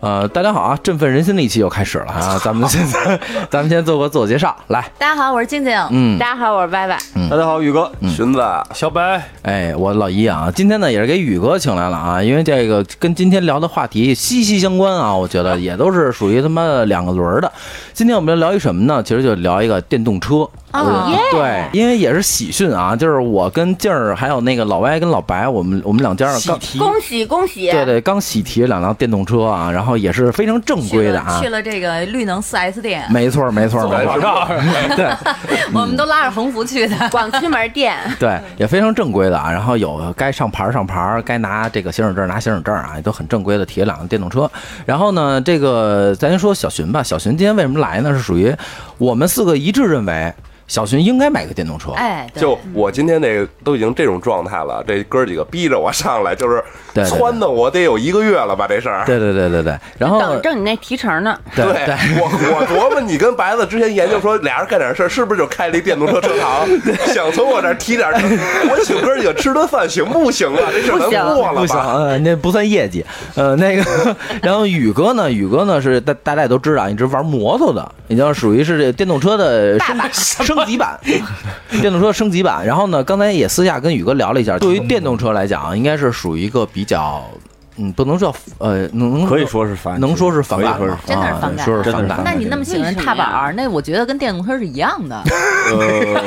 呃，大家好啊！振奋人心的一期又开始了 啊！咱们现在，咱们先做个自我介绍，来，大家好，我是静静。嗯，大家好，我是歪歪。大家好，宇哥、荀子、小白，哎，我老一啊，今天呢也是给宇哥请来了啊，因为这个跟今天聊的话题息息相关啊，我觉得也都是属于他妈两个轮儿的。今天我们要聊一什么呢？其实就聊一个电动车。哦耶对，因为也是喜讯啊，就是我跟静儿还有那个老歪跟老白，我们我们两家儿刚恭喜恭喜！对对刚喜提两辆电动车啊，然后也是非常正去规了的啊去。了这个绿能 4S 店， 没错，没错，没错，我们都拉着横幅去的。嗯广渠门店， 对，也非常正规的啊。然后有该上牌儿上牌儿，该拿这个行驶证儿拿行驶证儿啊，也都很正规的提了两个电动车。然后呢，这个咱先说小寻吧。小寻今天为什么来呢？是属于我们四个一致认为，小寻应该买个电动车。哎，对 就我今天这个都已经这种状态了，这哥几个逼着我上 来，就是对对对撺掇我得有一个月了吧，这事儿。对对对对对。然后等着你那提成呢。对对对。我我琢磨你跟白子之前研究说俩人干点事儿，是不是就开了一电动车车 行，想从我这儿提点儿？我请哥几个吃顿饭行不行啊？这事儿咱过了不行，吧？呃，那不算业绩，呃，那个， 然后宇哥呢，宇哥呢是大大家也都知道，一直玩摩托的，已经属于是这电动车的升升级版， 电动车升级版。然后呢，刚才也私下跟宇哥聊了一下，对于电动车来讲，啊应该是属于一个比较，嗯，不能说呃，能可以说是反，能说是反感可以吗说？真的是反感啊说是真的是反反那感你那么喜欢踏板儿，那我觉得跟电动车是一样 的。是呃，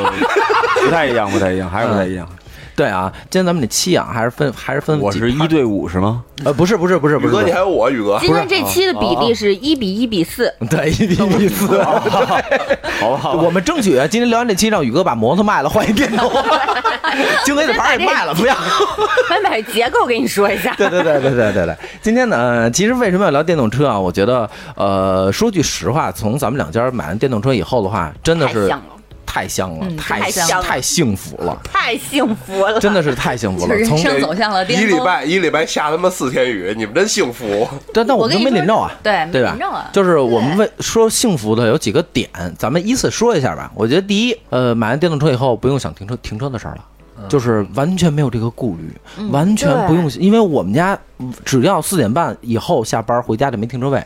不太一样，不太一样，还是不太一样。对啊，今天咱们这期啊，还是分还是分我几是一对五是吗？呃，不是不是不是不宇是，哥，不你是还有我，宇哦哥。今天这期的比例是一比一比四， 对一比一 四，好不好？我们争取今天聊完这期，让宇哥把摩托卖了，换一电动，京 A 的牌儿也卖了，不要。咱把结构给你说一下。对对对对对对对。今天呢，呃其实为什么要聊电动车啊？我觉得，呃，说句实话，从咱们两家买完电动车以后的话，真的是太香太香了了嗯，太太香了太幸福了，太幸福了，真的是太幸福就了。人从生走向了一巅礼峰。拜一礼拜下他妈四天雨，你们真幸福。但但我我们跟都你没说领证啊，对没对吧领证啊？就是我们为说幸福的有几个点，咱们依次说一下吧。我觉得第一，呃，买完电动车以后不用想停车停车的事儿了。就是完全没有这个顾虑，嗯完全不用，因为我们家嗯只要四点半以后下班回家就没停车位。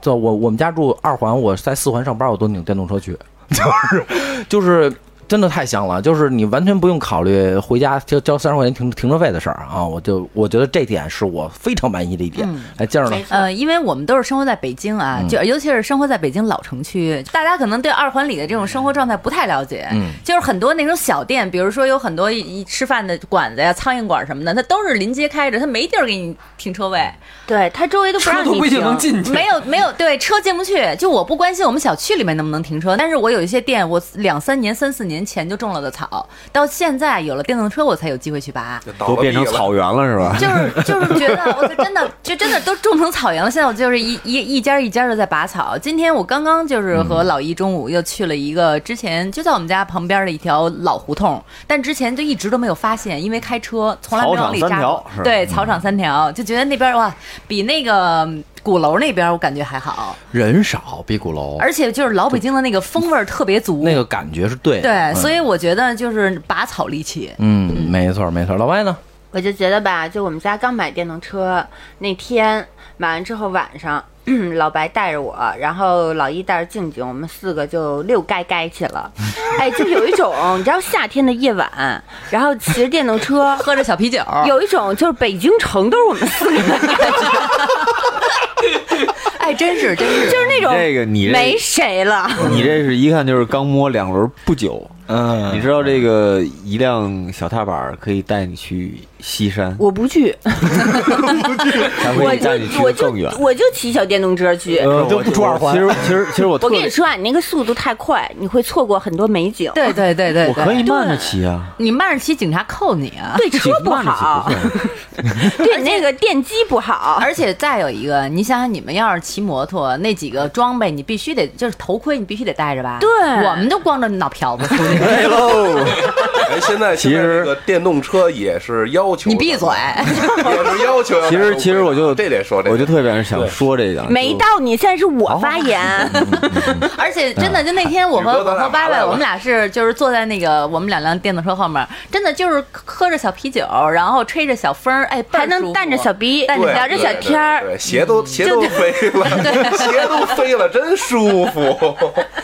就我我们家住二环，我在四环上班，我都拧电动车去， 就是就是真的太香了，就是你完全不用考虑回家交交三十块钱停停车费的事儿啊！我就我觉得这点是我非常满意的一点。哎，接着呢，嗯呃，因为我们都是生活在北京嗯啊，就尤其是生活在北京老城区，大家可能对二环里的这种生活状态不太了解。嗯，就是很多那种小店，比如说有很多一一吃饭的馆子呀、苍蝇馆什么的，它都是临街开着，它没地儿给你停车位。对他周围都不让你停，没有没有，对车进不去。就我不关心我们小区里面能不能停车，但是我有一些店，我两三年、三四年前就种了的草，到现在有了电动车，我才有机会去拔。 都变成草原了是吧？就是就是觉得，我就真的就真的都种成草原了。现在我就是一一一家一家的在拔草。今天我刚刚就是嗯和老姨中午又去了一个之前就在我们家旁边的一条老胡同，但之前就一直都没有发现，因为开车从来没有往里草场三扎过条。是嗯对，草场三条，就觉得那边哇，比那个鼓楼那边我感觉还好，人少比鼓楼，而且就是老北京的那个风味儿特别足。哦那个嗯感觉是对的。对，所以我觉得就是拔草利器。嗯，嗯，没错没错。老外呢？我就觉得吧，就我们家刚买电动车那天，买完之后晚上， 老白带着我，然后老一带着静静，我们四个就遛街街去 了。哎，就有一种你知道夏天的夜晚，然后骑着电动车，喝着小啤酒，有一种就是北京城都是我们四个人的感觉，哎，真是真是，就是那种这个你这没谁了。 你这是一看就是刚摸两轮不久。嗯你知道这个一辆小踏板儿可以带你去西山，我不去，它我可以就带你去我得就更远。我就骑小电动车去。呃就我不出二环其实其实其实我特我跟别你说啊，你那个速度太快，你会错过很多美景。对对对对，我对可以慢着骑啊，你慢着骑，警察扣你啊！对车不慢着骑好， 对你那个电机 不好。而且再有一个，你想想，你们要是骑摩托，那几个装备你必须得，就是头盔你必须得戴着吧？对 我们就光着脑瓢子出去， 对喽，哎，现在其实现在这个电动车也是要求你闭嘴！也是要求要其实其实我就这得说，这我得就特别想说这个，没到你，现在是我发言。 而且真的，就那天我和宇我哥咱俩和麻八烦百，了我们俩是就是坐在那个我们两辆电动车后面，真的就是喝着小啤酒，然后吹着小风儿，哎，倍儿还能舒淡着服小鼻，淡对聊着对小对天儿，对鞋都鞋都飞了，鞋都飞了，真舒服。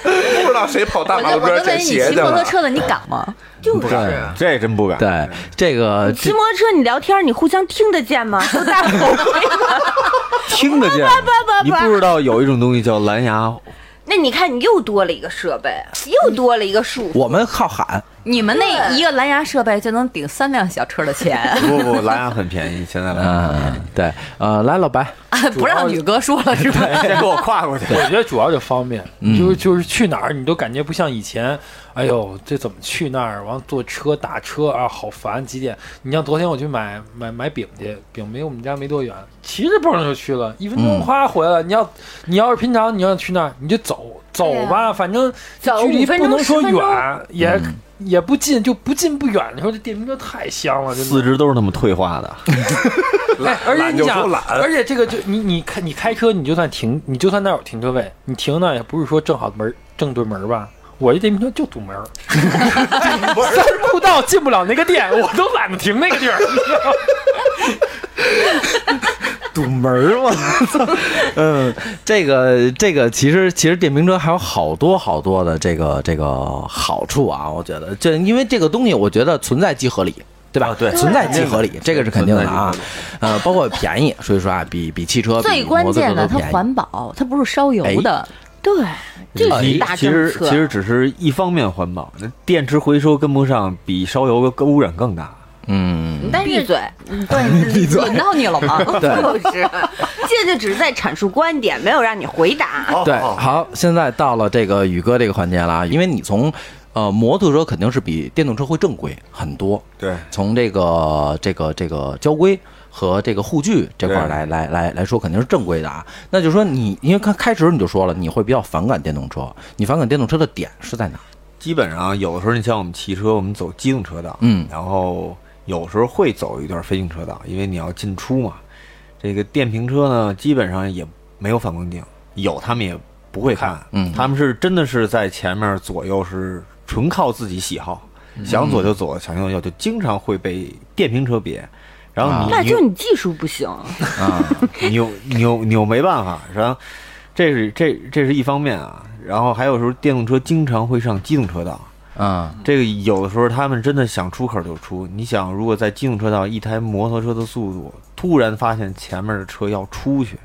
不知道谁跑大我马就路我边就问捡你，鞋骑去摩托了。车的你敢 吗？就是哎啊这真不敢。对，这个骑这摩托车你聊天，你互相听得见吗？都大口碑吗？听得见。你不知道有一种东西叫蓝牙， 那你看，你又多了一个设备，又多了一个束缚。我们靠喊，你们那一个蓝牙设备就能顶三辆小车的 钱，不不，蓝牙很便宜，现在蓝牙很便宜。嗯，对，呃，来老白，不让宇哥说了是 吧？先给我跨过去。我觉得主要就方便，就是就是去哪儿你都感觉不像以前，哎呦，这怎么去那儿？完坐车打车啊，好烦，几点？你像昨天我去买买买饼去，饼没我们家没多远，骑着蹦就去了，一分钟嗯哗回来了。你要你要是平常你要去那儿你就走走吧，反正啊走距离5分不钟能说10分钟远，也也不近，就不近不远。你说这电瓶车太香了，真的四。肢都是那么退化的，哎，而且懒你就想说懒，而且这个就你你开你开车，你就算停，你就算那儿有停车位，你停那儿也不是说正好门儿正对门儿吧？我这电瓶车就堵 门儿，三步道进不了那个店，我都懒得停那个 地儿。堵门儿嘛， 嗯，这个这个其实其实电瓶车还有好多好多的这个这个好处啊，我觉得这因为这个东西，我觉得存在即合理。对吧？啊对，存在即合理，这个是肯定的啊。呃，包括便宜，所以说啊，比比汽车、最比关摩托车键的，都它便宜。环保，它不是烧油哎的。对，这其是大其政实策。其实只是一方面环保，那电池回收跟不上，比烧油跟污染更大。嗯，但是闭嘴，对，轮到你了吗？就是， 这就只是在阐述观点，没有让你回哦 答。对，好，现在到了这个宇哥这个环节了嗯啊，因为你从呃摩托车肯定是比电动车会正规很多，对，从这个这个这个交规和这个护具这块儿对来来来来说，肯定是正规的啊。那就说你，因为刚开始你就说了，你会比较反感电动车，你反感电动车的点是在哪？基本上有的时候，你像我们骑车，我们走机动车道，嗯然后有时候会走一段非行车道，因为你要进出嘛。这个电瓶车呢，基本上也没有反光镜，有他们也不会看，嗯他们是真的是在前面左右是纯靠自己喜好，想左就左，想右就右，就经常会被电瓶车别。然后你、啊那你就是你技术不行， 你又你又你又没办法，然后这是这这是一方面啊，然后还有时候电动车经常会上机动车道，啊，这个有的时候他们真的想出口就出。你想，如果在机动车道一台摩托车的速度，突然发现前面的车要出去，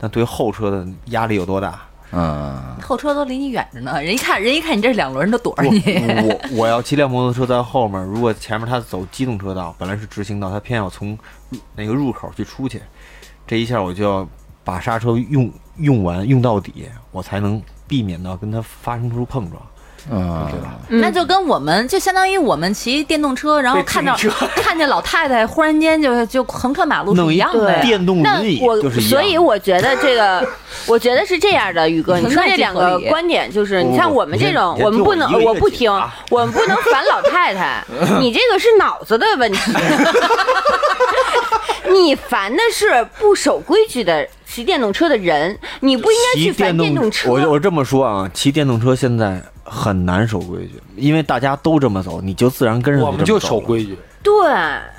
那对后车的压力有多大？嗯， 后车都离你远着呢，人一看人一看你这两轮都躲着我你。哦我我要骑辆摩托车在后面，如果前面他走机动车道，本来是直行道，他偏要从那个入口去出去，这一下我就要把刹车用用完用到底，我才能避免到跟他发生出碰撞，嗯对吧？ 那就跟我们就相当于我们骑电动车，然后看到看见老太太，忽然间就就横穿马路弄是一一样的呀。电动那轮椅我就是一样所以我觉得这个， 我觉得是这样的，宇哥，你说这两个观点就是，不你像我们这种你，先我们不你先能，听我我一个一个不解听啊，我们不能反老太 太，你这个是脑子的问题。你烦的是不守规矩的骑电动车的人，你不应该去骑烦电动车。我就我这么说啊，骑电动车现在很难守规矩，因为大家都这么走，你就自然跟着我们就守规矩。矩，对，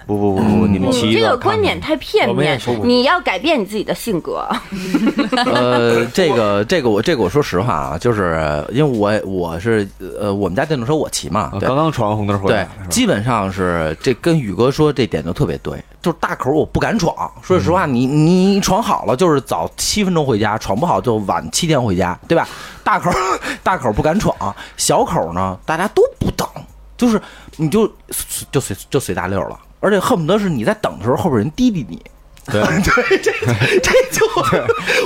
不不不不，你们骑你一嗯这段个看看观点太片我们也面说过，你要改变你自己的性格。呃， 这个这个我这个我说实话啊，就是因为我我是呃我们家电动车我骑嘛，啊对刚刚闯完红灯回对来，，基本上是这跟宇哥说这点就特别对，就是大口我不敢闯。说实话，你你闯好了就是早七分钟回家，闯不好就晚七天回家，对吧？ 大口大口不敢闯，小口呢大家都不等，就是你就就随就随大溜了，而且恨不得是你在等的时候后边人滴滴你。 对这这就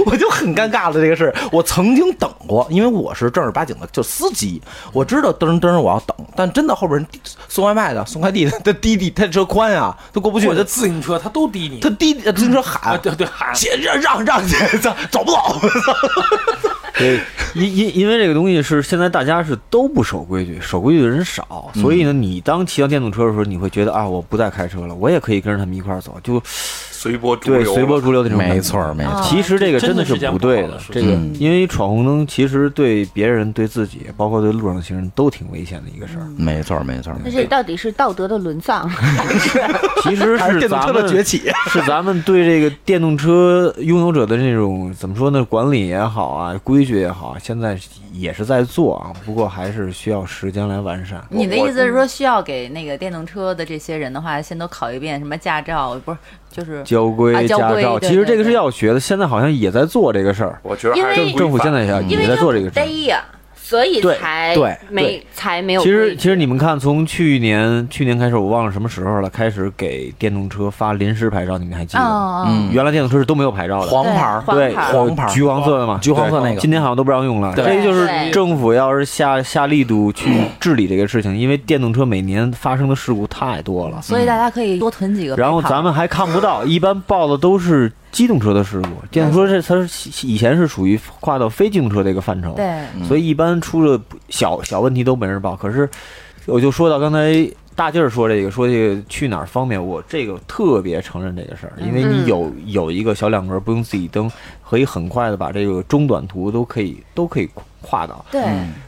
我就很尴尬了这个事儿。我曾经等过，因为我是正儿八经的就司机，我知道噔噔我要等，但真的后边人滴送外卖的、送快递的，他滴滴他车宽啊，他过不去，或者他自行啊车它都低你。他滴自行车喊啊，对对喊姐让让让姐走走不走？对，因因因为这个东西是现在大家是都不守规矩，守规矩的人少，嗯所以呢，你当骑上电动车的时候，你会觉得啊，我不再开车了，我也可以跟着他们一块儿走，就随波逐对流，随波逐流的那种感觉。没错儿没错啊儿，其实这个这真的的是是件不不好对的事这情个嗯因为闯红灯其实对别人、对自己，包括对路上行人都挺危险的一个事儿。 没错儿没错儿。那这到底是道德的沦丧，嗯其实还是电是动咱车们的崛起，是咱们对这个电动车拥有者的这种怎么说呢？管理也好啊，规矩也好啊，现在也是在做啊，不过还是需要时间来完善。你的意思是说，需要给那个电动车的这些人的话，先都考一遍什么驾照，不是就是交规、啊交驾规照，对其实对这个是对要学的，现在好像也在做这个事儿。我觉得还是因为规范政府现在也嗯 因也为在他做这个事儿。逮呀，所以对才对没才没有其规矩。实，其实你们看，从去年去年开始，我忘了什么时候了，开始给电动车发临时牌照，你们还记哦得吗？哦，嗯，原来电动车是都没有牌照的，黄牌儿对黄对牌儿黄牌儿橘黄色的嘛，橘黄色对那个今天好像都不让用了。对这就是哎对政府要是下下力度去治理这个事情，因为电动车每年发生的事故太多了。所以大家可以多囤几个。嗯然后咱们还看不到，一般报的都是机动车的事故，电动车这它是以前是属于跨到非机动车这个范畴，对所以一般出了小小问题都没人报。可是我就说到刚才大劲儿说这个，说这个去哪儿方便，我这个特别承认这个事儿，因为嗯你有有一个小两轮，不用自己蹬，可以很快的把这个中短途都可以都可以跨到。对，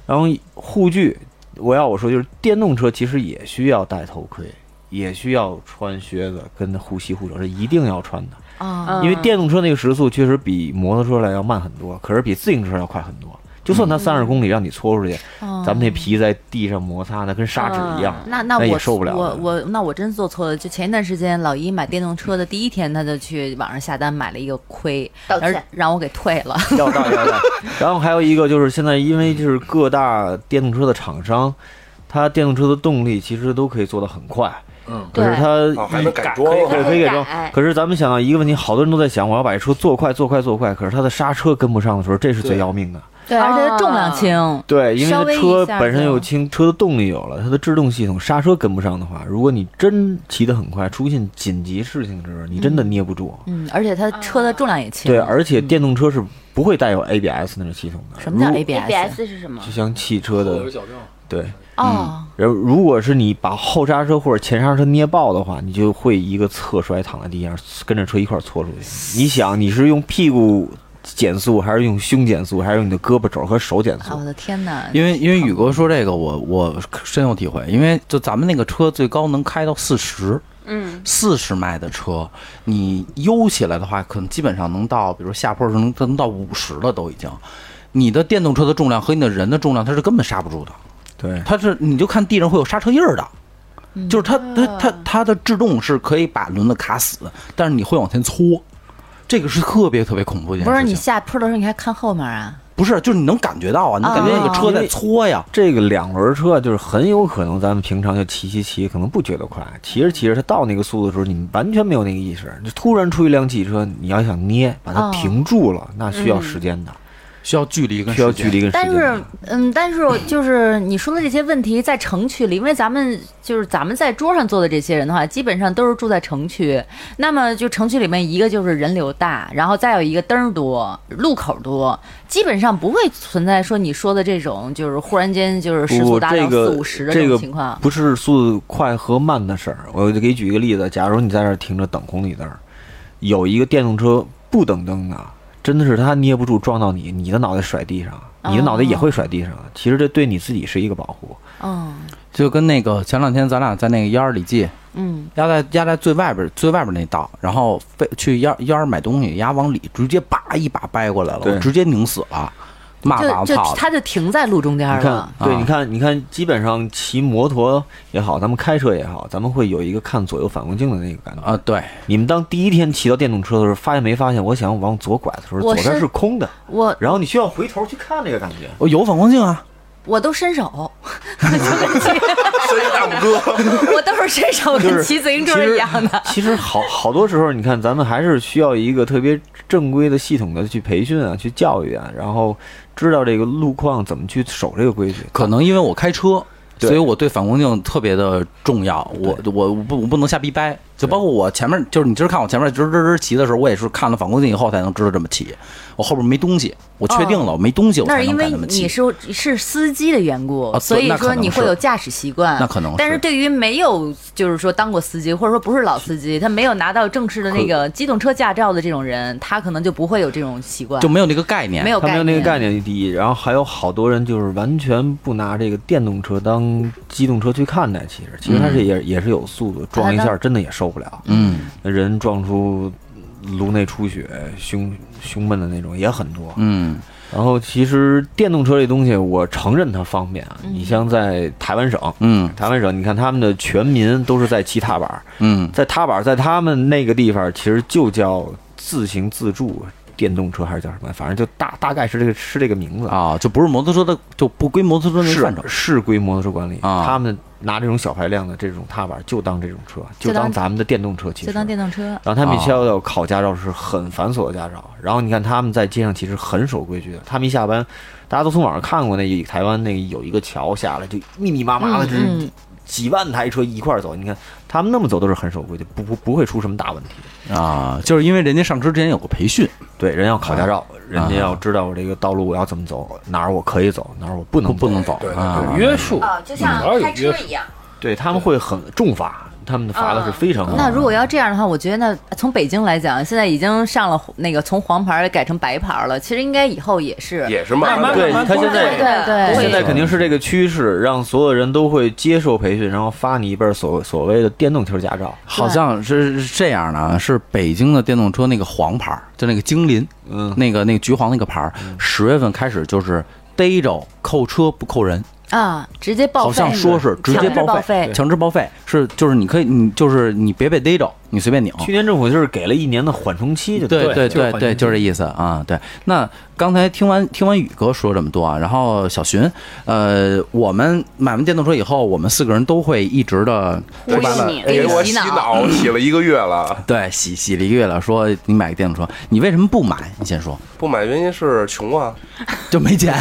然后护具，我要我说就是电动车其实也需要戴头盔，也需要穿靴子跟护膝护肘，是一定要穿的。啊，因为电动车那个时速确实比摩托车来要慢很多，可是比自行车要快很多。就算它三十公里让你搓出去，嗯咱们那皮在地上摩擦，那跟砂纸一样，那那我也受不了我的。我那我真做错了。就前一段时间，老姨买电动车的第一天，她就去网上下单买了一个亏，道歉而让我给退 了。要到要到。然后还有一个就是现在，因为就是各大电动车的厂商，它电动车的动力其实都可以做得很快，嗯，可是对哦，它还能改装可啊，对，以可以改改装。哎可是咱们想到啊一个问题，好多人都在想，我要把这车做快、做快、做快。可是它的刹车跟不上的时候，这是最对要命的。对而且它重量轻，对，因为稍它微一车下本身就有轻，车的动力有了，它的制动系统刹车跟不上的话，如果你真骑得很快，出现紧急事情的时候，你真的捏不住。嗯，而且它车的重量也轻。对，而且电动车是不会带有 ABS 那种系统的。什么叫如 ABS？ ABS 是什么就？像汽车后的轮矫正，对，嗯哦，然后如果是你把后刹车或者前刹车捏爆的话，你就会一个侧摔躺在地上，跟着车一块儿搓出去。你想，你是用屁股减速，还是用胸减速，还是用你的胳膊肘和手减啊，我速？的天哪！因为因为宇哥说这个，我我深有体会。因为就咱们那个车最高能开到四十，嗯，四十迈的车，你悠起来的话，可能基本上能到，比如下坡的时候能能到五十了，都已经。你的电动车的重量和你的人的重量，它是根本刹不住的。对，它是你就看地上会有刹车印儿的，嗯就是它它啊它它的制动是可以把轮子卡死，但是你会往前搓，这个是特别特别恐怖的一件不是事你情。下坡的时候，你还看后面啊？不是，就是你能感觉到啊，你感觉那个车在搓呀。这个两轮车啊就是很有可能咱们平常就骑骑骑，可能不觉得快，骑着骑着它到那个速度的时候，你们完全没有那个意识。就突然出一辆汽车，你要想捏把它哦停住了，那需要时间的，需要距离跟需要时间距离跟嗯时但间是的。，嗯，但是我就是你说的这些问题，在城区里，因为咱们就是咱们在桌上坐的这些人的话，基本上都是住在城区。那么就城区里面，一个就是人流大，然后再有一个灯儿多，路口多，基本上不会存在说你说的这种就是忽然间就是时速不，达这到四个五十的这种个情况。不是速度快和慢的事儿。我就给你举一个例子，假如你在这儿停着等红绿灯儿，有一个电动车不等灯的，真的是他捏不住撞到你，你的脑袋甩地上，哦你的脑袋也会甩地上。其实这对你自己是一个保护。嗯就跟那个前两天咱俩在那个幺二里记，嗯，压在压在最外边最外边那道，然后非去幺幺二买东西，压往里直接叭一把掰过来了，对我直接拧死了，骂就完就操的，他就停在路中间你看了。，对，啊你看，你看，基本上骑摩托也好，咱们开车也好，咱们会有一个看左右反光镜的那个感觉。啊，对，你们当第一天骑到电动车的时候，发现没发现？我想往左拐的时候，我左边是是空的，我然后你需要回头去看这个感觉。我有反光镜啊，我都伸 手，所以大拇 哥，我都是伸手，就跟是骑自 行车一样的。 其实好好多时候，你看，咱们还是需要一个特别正规的、系统的去培训啊，去教育啊，然后知道这个路况怎么去守这个规矩。可能因为我开车，对所以我对反光镜特别的重要。我我我不我不能瞎逼掰，就包括我前面，就是你今儿看我前面吱吱吱骑的时候，我也是看了反光镜以后才能知道这么骑。我后边没东西，我确定了、我没东西，我哦那才是因能为敢这么骑。你是是司机的缘故，啊对所以那可说能你是会有驾驶习惯。那可能但是是对于没有就是说当过司机，或者说不是老司机，他没有拿到正式的那个机动车驾照的这种人，他可能就不会有这种习惯，就没有那个概念，没有他没有那个概念。念，第一，然后还有好多人就是完全不拿这个电动车当机动车去看待，其实其实它是也、也是有速度，撞一下真的也受不了，嗯人撞出颅内出血、胸胸闷的那种也很多。嗯然后其实电动车这东西，我承认它方便啊，你像在台湾省。嗯台湾省，你看他们的全民都是在骑踏板，嗯在踏板，在他们那个地方其实就叫自行自助电动车，还是叫什么？反正就大大概是这个是这个名字。啊，就不是摩托车的，就不归摩托车那个是范畴。是归摩托车管理，啊他们拿这种小排量的这种踏板就当这种车，就就当当咱们的电动车其实就。当电动车，然后他们啊需要考驾照是很繁琐的驾照，然后你看他们在街上其实很守规矩的，他们一下班，大家都从网上看过那台湾那个有一个桥下来就密密麻麻的，这嗯嗯几万台车一块儿走，你看他们那么走都是很守规矩，不不不会出什么大问题。啊，就是因为人家上车之前有个培训，对，人要考驾照，人啊家要知道我这个道路我要怎么走，哪儿我可以走，哪儿我不能不能走对对啊。有约束哦，，就像主要有开约车束一。样，对啊他们会很重罚，他们的罚的是非哦常高的。那如果要这样的话，我觉得那从北京来讲，现在已经上了那个从黄牌改成白牌了，其实应该以后也是。也是慢慢慢慢对慢慢他慢现在对对对，对现在对肯定是这个趋势，让所有人都会接受培训，然后发你一本所所谓的电动车驾照。好像是是这样的啊，是北京的电动车那个黄牌儿，就那个精灵，嗯那个那个橘黄那个牌儿，十月份开始就是逮着扣车不扣人，啊，直接报好废像了，说是直接强制报报废强制报废是就是你可以你就是你别被逮着，你随便哦拧。去年政府就是给了一年的缓冲期，就对了对就是对缓对，冲就是这意思啊。对，那刚才听完听完宇哥说这么多啊，然后小寻，呃，我们买完电动车以后，我们四个人都会一直的忽悠哎你，给我洗给你洗脑，洗了一个月了。对洗洗了一个月了，说你买个电动车，你为什么不买？你先说，不买原因是穷啊，就没 钱。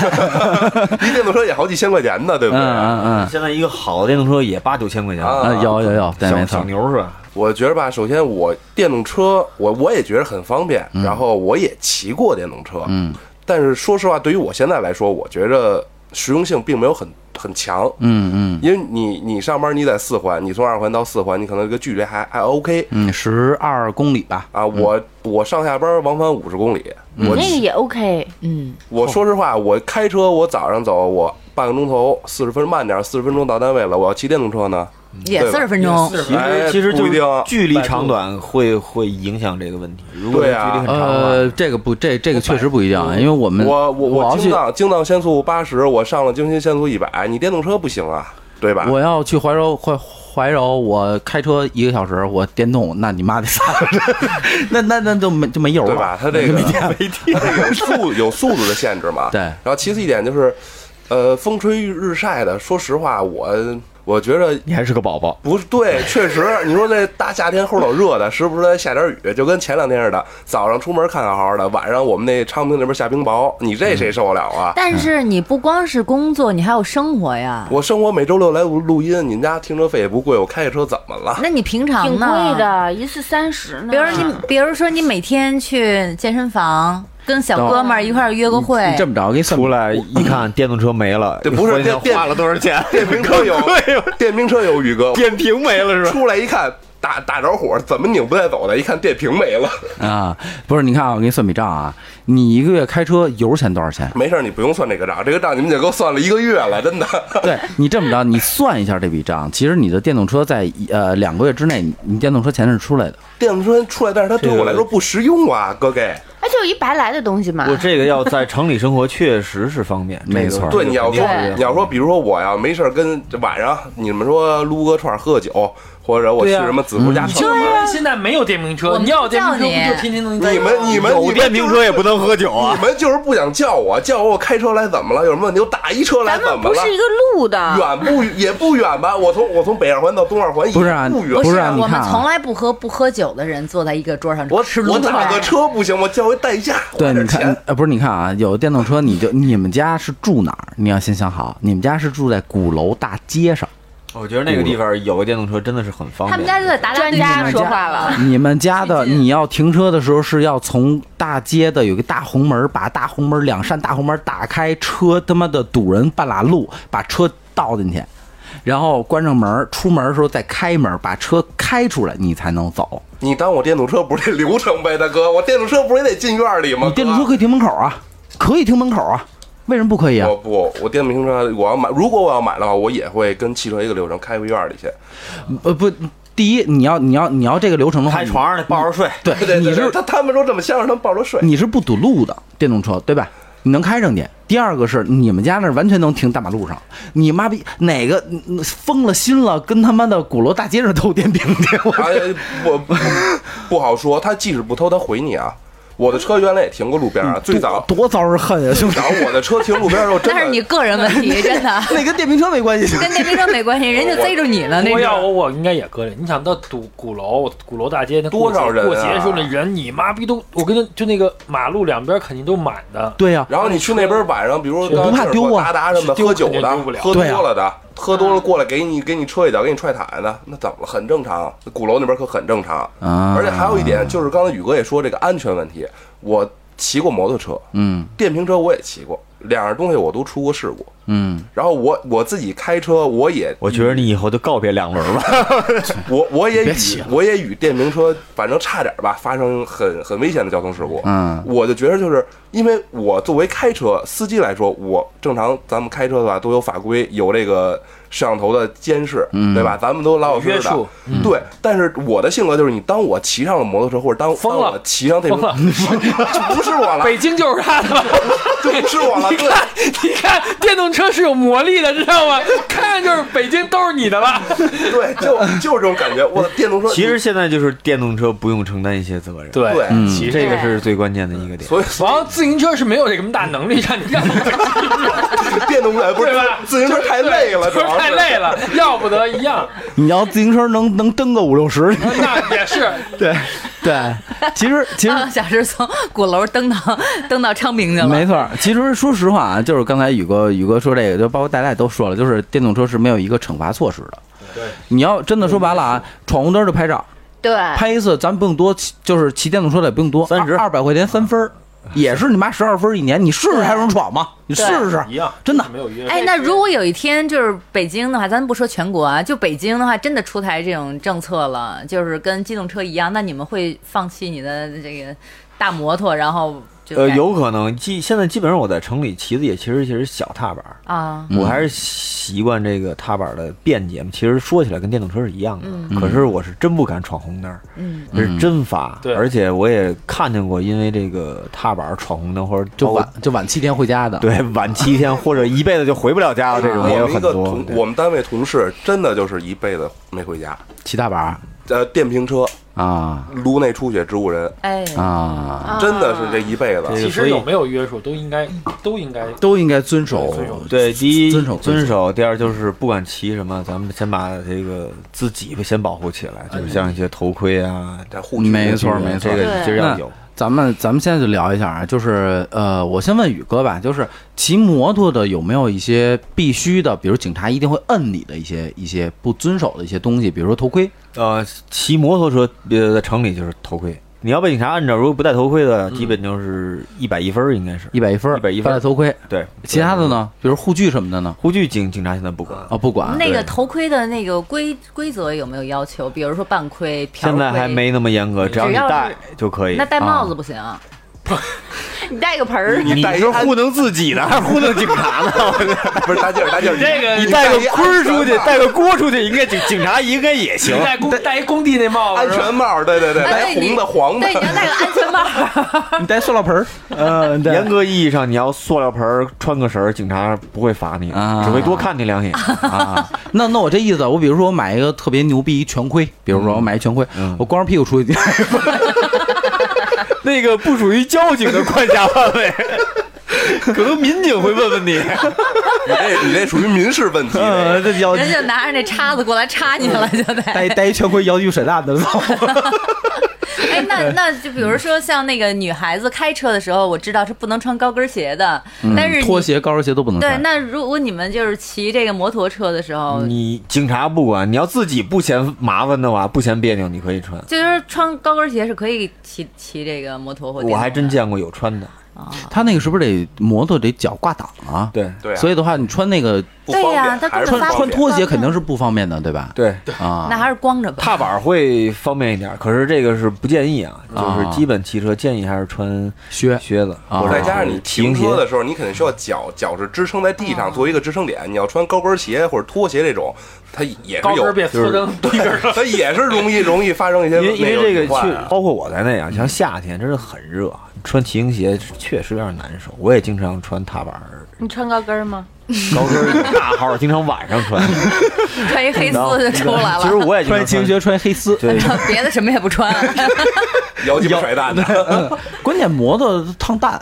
一电动车也好几千块钱呢，对不嗯对？嗯嗯，现在一个好的电动车也八九千块钱，啊啊有有有，对，没小错小，牛是吧？我觉得吧，首先我电动车，我我也觉得很方便，然后我也骑过电动车，嗯但是说实话，对于我现在来说，我觉着实用性并没有很很强。嗯嗯因为你你上班你在四环，你从二环到四环，你可能这个距离还还 OK 嗯，十二公里吧，啊。我我上下班往返五十公里，那我个也 OK，嗯，哦我说实话，我开车我早上走我半个钟头，四十分慢点，四十分钟到单位了。我要骑电动车呢，也对吧四十分钟，其实哎其实不就一定啊是距离长短会会影响这个问题。如果距对离啊很长的话，呃，这个不，这这个确实不一样，啊因为我们我我要我京去藏京藏限速八十，我上了京新限速一百，你电动车不行啊，对吧？我要去怀柔，怀怀柔，我开车一个小时，我电动，那你妈的仨小时， 那那那就没就没油了，对吧？它这个没电了有速有速度的限制嘛。对然后其次一点就是，呃，风吹日晒的，说实话，我我觉着你还是个宝宝。不是对，确实，你说这大夏天齁老热的，时不时的下点雨，就跟前两天似的，早上出门看好好的，晚上我们那昌平那边下冰雹，你这嗯谁受得了啊？但是你不光是工作，你还有生活呀。我生活每周六来录音，你们家停车费也不贵，我开着车怎么 了？那你平常挺呢？贵。的，一次三十呢。比如你，嗯比如说你每天去健身房，跟小哥们儿一块儿约个会，你这么着，我给你算出来一 看，电动车没了，对不是回想电电花了多少钱？ 电瓶车有 对 电瓶车有宇哥，电瓶没了是吧？出来一看打打着火，怎么拧不带走的？一看电瓶没了，？啊，不是，你看啊，我给你算笔账啊，你一个月开车油钱多少钱没事儿，你不用算这个账，这个账你们姐给我算了一个月了，真的。对你这么着，你算一下这笔账，其实你的电动车在呃两个月之内，你你电动车钱是出来的， 电动车出来，但是它对我来说不实用啊，哥给。哎，就是一白来的东西嘛。我这个要在城里生活确实是方便，没错对，你要说对你要说，比如说我呀，没事儿跟晚上你们说撸个串儿喝酒，或者我去对嗯呀什么子夫家串门儿，现在没有电瓶车，我们你要有电瓶车，叫你不就天天能在你们你们你们就是。不能喝酒啊你！们就是不想叫我，叫我我开车来怎么了？有什么问题我打一车来咱怎们么不了？是一个路的，远不也不远吧？我从我从北二环到东二环也不是啊不远，不是是啊你我看们啊从来不喝不喝酒的人坐在一个桌上我吃撸我打个串。车不行，我叫一代驾，花对，你点钱看。，呃，不是，你看啊，有电动车，你就你们家是住哪儿？你要先想好，你们家是住在鼓楼大街上，我觉得那个地方有个电动车真的是很方便。他们家就在达达专对家面说话了，你们家的最近你要停车的时候是要从大街的有个大红门，把大红门两扇大红门打开，车他妈的堵人半拉路，把车倒进去，然后关上门，出门的时候再开门，把车开出来，你才能走。你当我电动车不是这流程呗，大哥？我电动车不是也得进院里吗？你电动车哥可以停门口啊，可以停门口啊，为什么不可以啊我？不，我电动车我要买，如果我要买的话，我也会跟汽车一个流程，开回院里去。呃不，第一你要你要你要这个流程的话，拍床上去抱着睡，对对对你对是他他们说这么香，让他们抱着睡。你是不堵路的电动车，对吧？你能开上去。第二个是你们家那儿完全能停大马路上，你妈逼哪个嗯疯了心了，跟他妈的鼓楼大街上偷电瓶去？我哎，我不不好说，他即使不偷，他回你啊。我的车原来也停过路边啊， 最早多多遭人恨啊，兄弟 然！后我的车停路边的 时候，真那是你的个人问题，真的那跟电瓶车没关系。 跟电瓶车没关系，人家逮住你了那我要我种。我应该也割裂。你想到鼓鼓楼鼓楼大街那多过节少人啊过节的时候那人你妈逼都，我跟你就那个马路两边肯定都满的。对呀、然后你去那边晚上，比如不刚怕丢啊达达什么丢喝酒的肯定丢不了，喝多对啊了的，喝多了过来给你给你车一脚，给你踹塔的，那怎么了？很正常。鼓楼那边可很正常。啊而且还有一点，就是刚才宇哥也说这个安全问题，我骑过摩托车，嗯电瓶车我也骑过，两样东西我都出过事故。嗯，然后我我自己开车，我也我觉得你以后就告别两轮吧。 我我也别与骑了我也与电瓶车，反正差点吧，发生很很危险的交通事故。嗯我就觉得就是因为我作为开车司机来说，我正常咱们开车的话都有法规，有这个摄像头的监视，嗯对吧？咱们都老老实约实的束。嗯对，但是我的性格就是，你当我骑上了摩托车，或者当疯当了我骑上电疯瓶，了，就不是我了，北京就是他的吧？ 就不是我了。你对，看，你看，电动车是有魔力的，知道吗？看就是北京都是你的了。对，就就是这种感觉。我的电动车 其实现在就是电动车不用承担一些责任，，对对，其实这个是最关键的一个点。所以然后自行车是没有这么大能力让你干嘛，电动车不是对吧自行车太累了， 主就是要是太累了，要不得一样。你要自行车能能蹬个五六十，那也是，对对，其实其 实半个 小时从鼓楼登到登到昌平去了，没错儿，其实说实话啊，就是刚才宇哥宇哥说这个，就包括大家也都说了，就是电动车是没有一个惩罚措施的。对，你要真的说白了啊，闯红灯就拍照， 对，拍一次咱不用多，骑，就是骑电动车的也不用多，三十二百块钱三分儿，也是你妈十二分儿一年，你试试还能闯吗？你试对试一样，真的没有约。哎，那如果有一天就是北京的话，咱不说全国啊，就北京的话，真的出台这种政策了，就是跟机动车一样，那你们会放弃你的这个大摩托，然后就呃，改有可能，基现在基本上我在城里骑的也其实其实小踏板儿，啊，我还是习惯这个踏板的便捷嘛。其实说起来跟电动车是一样的，可是我是真不敢闯红灯儿，嗯，这是真罚。对而且我也看见过，因为这个踏板闯红灯或者就包晚就晚七天回家的。 对晚七天或者一辈子就回不了家了，啊这种也我有们一很个多同。对我们单位同事真的就是一辈子没回家，骑大板儿呃，电瓶车啊颅内出血植物人，哎，啊，啊真的是这一辈子。其所实以有没有约束都应该都应该都应该遵守遵守对，第一遵守遵守遵守，第二就是不管骑什么，咱们先把这个自己先保护起来，就是像一些头盔啊，这护具没错没错这个其实要有。咱们咱们现在就聊一下啊，就是呃，我先问宇哥吧，就是骑摩托的有没有一些必须的，比如警察一定会摁你的一些一些不遵守的一些东西，比如说头盔，呃，骑摩托车呃在城里就是头盔，你要被警察按着，如果不戴头盔的，基本就是一百一分儿应该是。嗯一百一分儿， 100一分不戴头盔，对，其他的呢，比如护具什么的呢？护具警警察现在不管，啊、不管，那个对头盔的那个规规则有没有要求？比如说半盔、瓢现盔，在还没啊那么严格，只要你只要戴是就可以那。戴帽子不行，你带个盆儿，你戴一是安糊弄自己呢，还是糊弄警察呢？ 不是大劲儿大劲儿，这个你带个一盔儿出去安全，帽呃带个锅出去，应该警 警察应该也行。戴工戴一工地那帽子安是吧全帽，对对对，哎对白红你的黄的对，，你要戴个安全帽。你戴塑料 盆儿，嗯呃，严格意义上，你要塑料盆儿穿个绳儿，警察不会罚你，啊只会多看你两眼啊。那那我这意思，我比如说我买一个特别牛逼一全盔，比如说我买一全盔，我光着屁股出去， 那个不属于交警的管辖范围， 可能民警会问问你。你这你这属于民事问题。嗯呃，这要人就 拿着那叉子过来插你了，就得。戴戴一全盔，摇一甩烂的，哎，那那就比如说像那个女孩子开车的时候，我知道是不能穿高跟鞋的，嗯但是 你拖鞋、高跟鞋都不能对，穿。那如果你们就是骑这个摩托车的时候，你警察不管，你要自己不嫌麻烦的话，不嫌别扭，你可以穿。就是穿高跟鞋是可以骑骑这个摩托或电我动还真的见过有穿的，他那个是不是得摩托得脚挂档啊？，对对啊，所以的话，你穿那个不方对便，呀他还是根穿本不发方穿便。拖鞋肯定是不方便的，对吧？对，啊，那还是光着吧。踏板会方便一点，可是这个是不建议啊，啊就是基本骑车建议还是穿靴靴子，啊或者再加上你骑行停鞋车的时候，你肯定需要脚脚是支撑在地嗯上，作为一个支撑点。你要穿高跟鞋或者拖鞋这种，它也是高跟有儿变就是缩 成低跟儿了。它也是容易容易发生一些因为因为这个那种隐患确，包括我在内啊，像夏天真的很热，啊穿骑行鞋确实有点难受。我也经常穿踏板儿、你穿高跟吗？高跟儿、大号儿，经常晚上穿。 穿一黑丝然后就出来其实了，我也经穿常骑行穿，靴，穿黑丝。对，别的什么也不 穿。摇鸡巴甩蛋的，关键摩托烫蛋，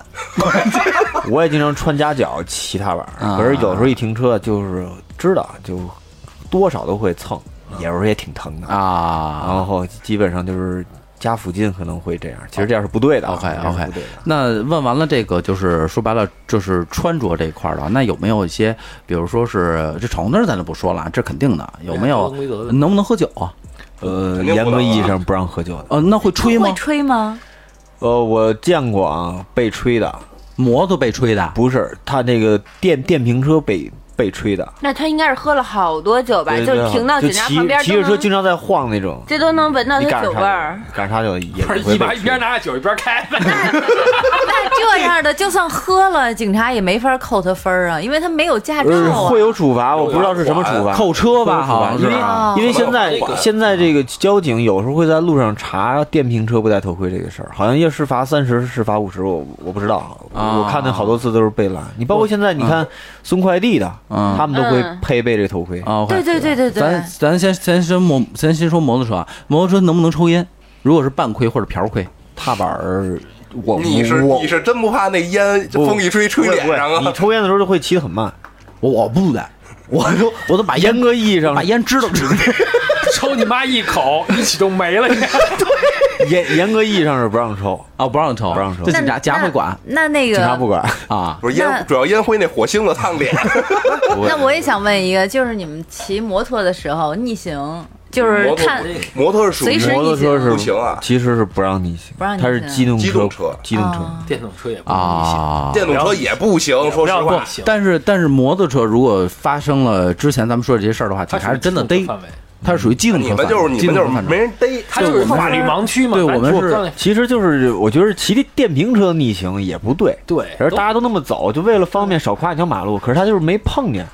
我也经常穿夹脚骑踏板儿，啊可是有时候一停车就是知道，就多少都会蹭，有时候也挺疼的。啊。然后基本上就是家附近可能会这样，其实这样是不对的啊。 OK 这样是 OK，不对的。那问完了这个，就是说白了，就是穿着这一块儿了。那有没有一些，比如说是这闯红灯，咱就不说了，这肯定的。有没有对规则的问题能不能喝酒啊？呃，肯定不能啊严格意义上不让喝酒的。呃，那会吹会吗？吹吗？呃，我见过啊，被吹的摩托被吹的，不是他那个电电瓶车被被吹的，那他应该是喝了好多酒吧，对就对是停到就警察骑旁边骑都着车能，经常在晃那种，这都能闻到你他赶酒上味儿他。，赶上他就也不是会一把被一吹边拿着酒一边开呗，那这样的就算喝了，警察也没法扣他分儿啊，因为他没有驾照呃啊。会有处罚，我不知道是什么处罚，扣车吧，扣车吧好像因是为啊。哦啊因为现在这个现在这个交警有时候会在路上查电瓶车不戴头盔这个事儿，好像要是罚三十，是罚五十，我我不知道。啊我看那好多次都是被拦。你包括现在你看送快递的，嗯他们都会嗯配备这头盔。啊，OK 对对对对对咱，咱先先说摩，咱先说摩托车啊，摩托车能不能抽烟？如果是半盔或者瓢盔，踏板儿，我你是我你是真不怕那烟不风一吹吹脸上不会啊你？抽烟的时候就会骑得很慢，我我不的，我都我都把烟严格意义上把烟支了，抽你妈一口，一起都没了。严严格意义上是不让抽， 啊，不让抽，不让抽这那警察家会管那那警察个不管。啊。不是那烟，主要烟灰那火星子烫 脸，那我也想问一个，就是你们骑摩托的时候逆行，就是摩托看摩托是属于随时摩托车是不行啊其实是不让你行，不让你它是行机动机动车机动车。啊 电动车也不能啊，电动车也不行。说实不话要，行但是但是摩托车如果发生了之前咱们说这些事儿的话，警察是真的逮，范围，它是属于机动车你范们围，就是你机们动车就是范围没人逮，它就是法律盲区嘛。对咱我们说是刚才其实就是，我觉得骑这电瓶车逆行也不对，对，可是大家都那么走，就为了方便少跨一条马路。可是他就是没碰见，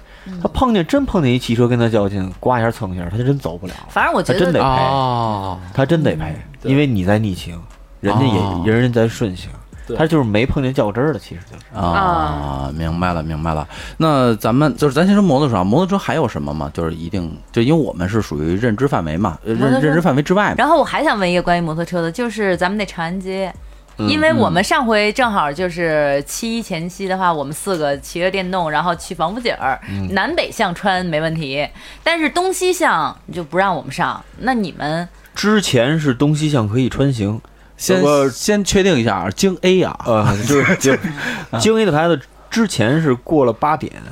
他碰见真碰见一汽车跟他较劲，刮一下蹭一下，他就真走不了，反正我觉他啊真得得赔，哦，他真得赔，嗯对因为你在逆行，人家哦也人家在顺行对，他就是没碰见较真儿的，其实就是啊，明白了，明白了。那咱们就是咱先说摩托车，啊，摩托车还有什么吗？就是一定就因为我们是属于认知范围嘛，呃摩托认车认知范围之外嘛。然后我还想问一个关于摩托车的，就是咱们那长安街，因为我们上回正好就是七一前夕的话，我们四个骑着电动，然后去王府井儿，南北向穿没问题，但是东西向就不让我们上。那你们之前是东西向可以穿行，先有个先确定一下啊，京 A 啊， 呃，就是就啊京 A 的牌子之前是过了八点，啊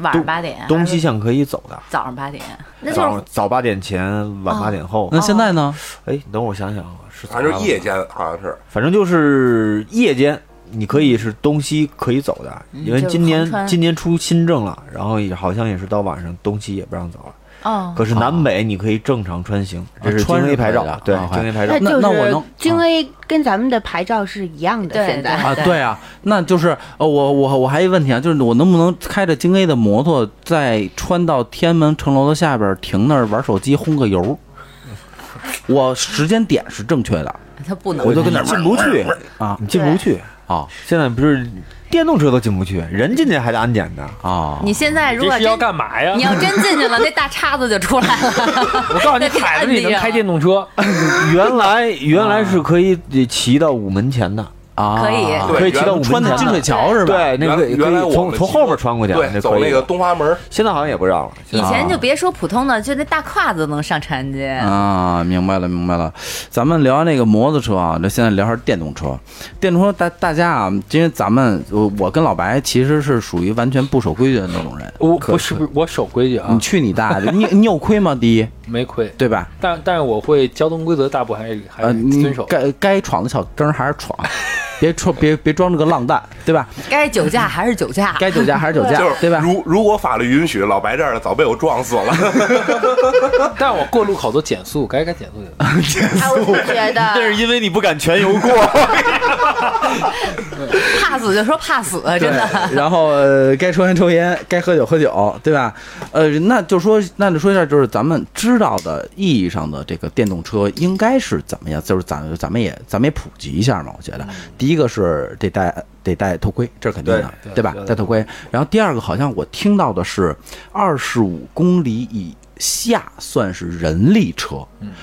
晚上八点，东西向可以走的。早上八点，那就早是哦上早八点前，晚八点后。那现在呢？哎，等我想想啊，是反正早就是八夜间好像是反正就是夜间，你可以是东西可以走的，因为嗯就是今年横穿今年出新政了，然后也好像也是到晚上东西也不让走了。哦，可是啊南北你可以正常穿行，这是穿京是 A 牌可以的照，对啊，京 A 牌照它。那就那我是能京 A 跟咱们的牌照是一样的，对现在啊，对对啊，那就是呃，我我我还有一问题啊，就是我能不能开着京 A 的摩托，再穿到天安门城楼的下边儿停那儿玩手机轰个油？我时间点是正确的他不能我就跟那进不去啊，你进不去。啊现在不是电动车都进不去，人进去还得安检呢。啊！你现在如这果是要真干嘛呀你？要真进去了，那大叉子就出来了。我告 诉你，凯子你能开电动车，原来原来是可以骑到午门前的，啊，可以对可以骑原到午门穿的滩金水桥是吧？对，那个可以原原来我从们从骑后面穿过去，啊对，那走可那以个。东华门儿，现在好像也不让了，以啊前就别说普通的，就那大胯子能上长安街。嗯啊，明白了，明白了。咱们聊完那个摩托车啊，这现在聊下电动车。电动车大大家啊，因为咱们我我跟老白其实是属于完全不守规矩的那种人。我可不是不是我守规矩啊你，去你大爷的！你你有亏吗？第一，没亏。对吧？但但是我会交通规则，大部分还是还呃，是你遵守。该该闯的小灯还是闯，别装别别装这个浪蛋，对吧？该酒驾还是酒驾，该酒驾还是酒驾就是，对吧？如如果法律允许，老白这儿的早被我撞死了。 但我过路口都减速，该该减 速减速。哎，我就觉得因为你不敢全油过，怕死就说怕死， 真的。然后、呃、该抽烟抽烟，该喝酒喝酒，对吧？呃，那就说，那就说一下，就是咱们知道的意义上的这个电动车应该是怎么样？就是咱咱们也咱们也普及一下嘛。我觉得，第一个是得戴得戴头盔，这是肯定的，对吧？戴头盔。然后第二个，好像我听到的是二十五公里以下算是人力车，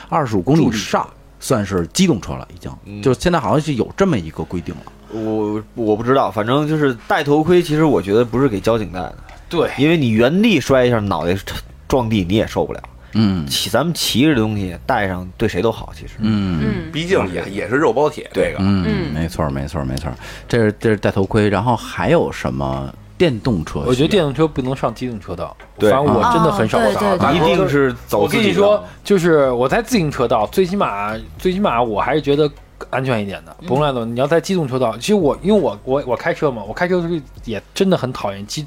二十五公里以上算是机动车了，已经。就是现在好像是有这么一个规定了。我我不知道，反正就是戴头盔，其实我觉得不是给交警戴的，对，因为你原地摔一下，脑袋撞地你也受不了。嗯骑咱们骑着这东西戴上对谁都好，其实。嗯。嗯，毕竟也也是肉包铁，这个嗯，嗯没错儿，没错儿，没错儿。这是这是戴头盔，然后还有什么电动车？我觉得电动车不能上机动车道，对反正我真的啊很少对上。对对一定是走我自跟己你的说，就是我在自行车道，最起码最起码我还是觉得安全一点嗯的。甭管怎么，你要在机动车道，其实我因为我我我开车嘛，我开车的时候也真的很讨厌机，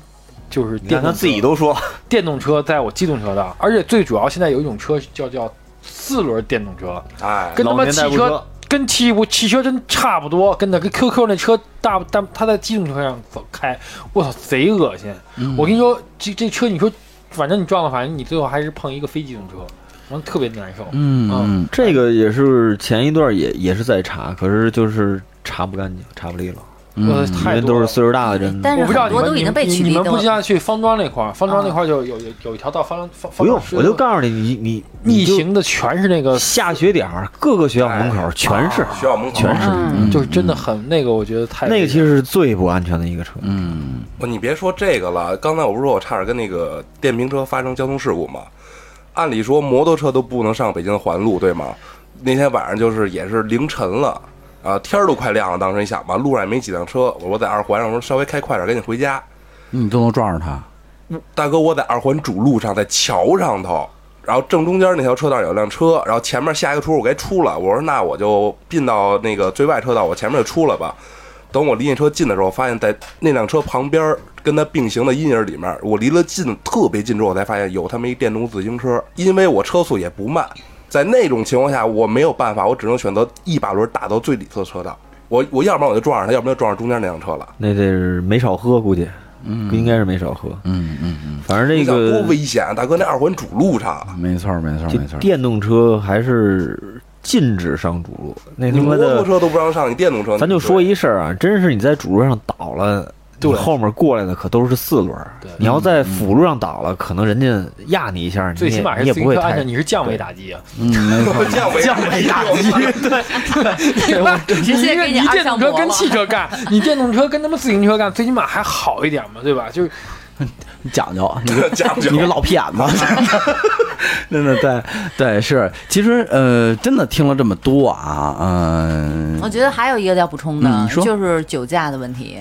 就是你电看他动自己车都说，电动车在我机动车道，而且最主要现在有一种车叫叫四轮电动车，哎，跟他妈老年代汽步车车。跟汽不汽车真差不多，跟那跟 QQ 那车大，但他在机动车上走开，我操，贼恶心！嗯我跟你说，这这车你说，反正你撞了，反正你最后还是碰一个非机动车，然后特别难受。嗯嗯，这个也是前一段也也是在查，可是就是查不干净，查不利落，呃，嗯因太为多都是了岁数大的人。但是嗯我不知道很你多们都已经被你取们缔你们掉不了嗯知。道去方庄那块儿，方庄那块儿就有有有一条道方方不用，方我就告诉你，你你逆你就行的全是那个，下学点儿，各个学校门口全是，学校门口，全是嗯，就是真的很那个，我觉得太那个其实是最不安全的一个车。嗯，哦你别说这个了，刚才我不是说我差点跟那个电瓶车发生交通事故吗？按理说摩托车都不能上北京环路，对吗？那天晚上就是也是凌晨了，啊，天儿都快亮了。当时你想吧，路上也没几辆车，我说在二环上，我说稍微开快点，赶紧回家。你都能撞上它，大哥，我在二环主路上，在桥上头，然后正中间那条车道有辆车，然后前面下一个出口该出了，我说那我就并到那个最外车道，我前面就出了吧。等我离那车近的时候，发现在那辆车旁边跟它并行的阴影里面，我离了近特别近之后，我才发现有他们一电动自行车，因为我车速也不慢，在那种情况下我没有办法，我只能选择一把轮打到最里侧车道。我我要不然我就撞上他，要不然就撞上中间那辆车了。那得是没少喝，估计，嗯，应该是没少喝，嗯嗯反正你这想多个危险啊，大哥！那二环主路上，啊嗯，没错儿没错儿这没错儿，电动车还是禁止上主路，那他你摩妈托的，车都不让上，你电动车，咱就说一事儿啊，真是你在主路上倒了。你后面过来的可都是四轮儿对，嗯你要在辅路上倒了，可能人家压你一下，你最起也码你是也自不会行车安太全，你是降维打击啊！嗯 没错儿， 降维降维打击，直接给你你二电向动箔车了跟汽车干，你电动车跟他妈自行车干，最起码还好一点嘛，对吧？就是你 讲究，你个 讲 究你个老屁眼 子，真的对对是，其实呃，真的听了这么多啊，嗯、我觉得还有一个要补充的，嗯你说就是酒驾的问题。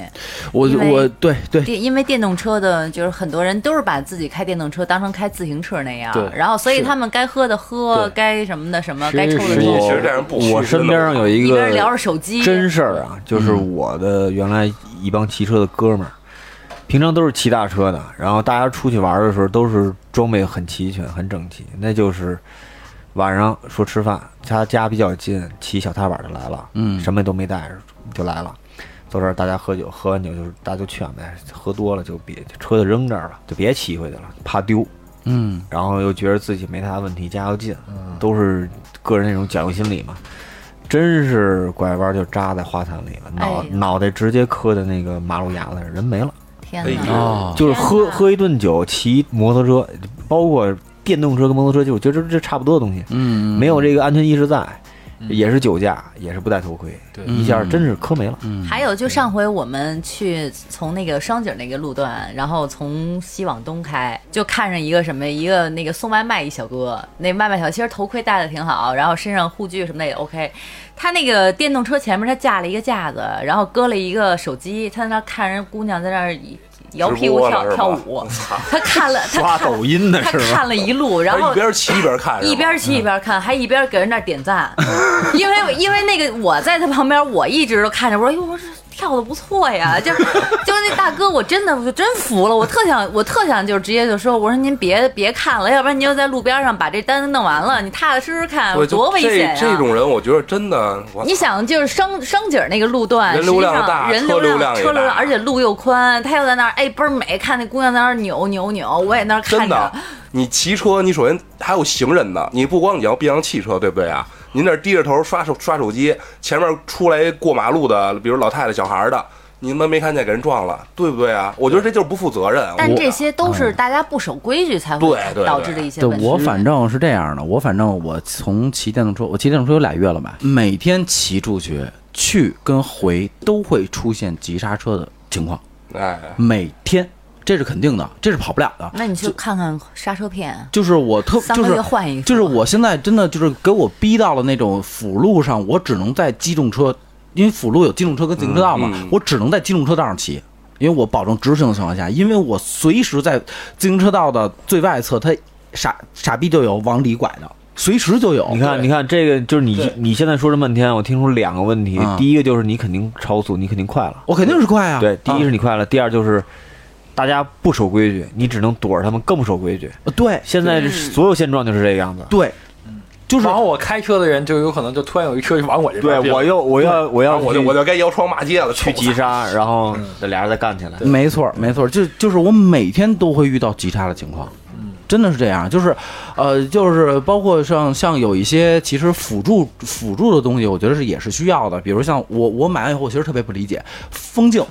我因为我对对电因为电动车的，就是很多人都是把自己开电动车当成开自行车那样，对然后所以是他们该喝的喝对，该什么的什么，实该抽的实际抽其，实这样不我身边上有一一个边聊着手机，真事儿啊，就是我的原来一帮骑车的哥们儿，平常都是骑大车的，然后大家出去玩的时候都是装备很齐全、很整齐。那就是晚上说吃饭，他家比较近，骑小踏板就来了，嗯什么也都没带就来了。坐这儿大家喝酒，喝完酒就是大家就劝呗，哎喝多了就别车就扔这儿了，就别骑回去了，怕丢。嗯然后又觉得自己没太大问题，加油劲，都是个人那种侥幸心理嘛。真是拐弯就扎在花坛里了，脑、哎呀脑袋直接磕在那个马路牙子上，人没了。天哎哪！呦哦就是天喝哪喝一顿酒，骑摩托车，包括电动车跟摩托车，就我觉得这这差不多的东西，嗯没有这个安全意识在。也是酒驾，也是不戴头盔，对一下真是磕没了。还有就上回我们去从那个双井那个路段，然后从西往东开，就看上一个什么一个那个送外卖一小哥，那外卖小其实头盔戴的挺好，然后身上护具什么的也 OK。他那个电动车前面他架了一个架子，然后搁了一个手机，他在那儿看人姑娘在那儿摇屁股跳跳舞，他看了他刷抖音呢他是吧？看了一路，然他后一边骑一边看，是吧一边骑一边看，还一边给人那儿点赞，嗯 因为因为那个我在他旁边，我一直都看着，我说哟，哎我说跳的不错呀，就是就是那大哥，我真的我真服了，我特想我特想就直接就说，我说您别别看了，要不然您就在路边上把这单子弄完了，你踏踏实实看我，就多危险呀、啊这这种人，我觉得真的，我你想，就是商商景那个路段，人流量实际上大人车流流量量、也车流量，大而且路又宽，他又在那儿，哎，倍儿美，看那姑娘在那儿扭扭扭，我也那儿看真着的，，你骑车，你首先还有行人呢，你不光你要避让汽车，对不对啊？您那儿低着头刷手刷手机，前面出来过马路的，比如老太太、小孩儿的，你们没看见给人撞了，对不对啊？我觉得这就是不负责任。但我这些都是大家不守规矩才会对对导致的一些嗯对问题。我反正是这样的，我反正我从骑电动车，我骑电动车有俩月了吧，每天骑出去去跟回都会出现急刹车的情况，哎，每天这是肯定的，这是跑不了的。那你去看看刹车片， 就是我特三就个是月换一次就是我现在真的就是给我逼到了那种辅路上，我只能在机动车，因为辅路有机动车跟自行车道嘛，嗯嗯我只能在机动车道上骑，因为我保证直行的情况下，因为我随时在自行车道的最外侧，它傻傻逼就有往里拐的，随时就有。你看，你看，这个就是你你现在说这么半天，我听出两个问题嗯。第一个就是你肯定超速，你肯定快了。我肯定是快啊。对，第一是啊你快了，第二就是大家不守规矩，你只能躲着他们更不守规矩。对现在这所有现状就是这个样子。对，就是往我开车的人就有可能就突然有一车就往我这边对，并我又我要我要我就我就嗯该摇窗骂街了，去急杀。刹，然后这俩人再干起来。没错，没错，就就是我每天都会遇到急刹的情况，真的是这样。就是，呃，就是包括像像有一些其实辅助辅助的东西，我觉得是也是需要的。比如像我我买完以后，我其实特别不理解风镜，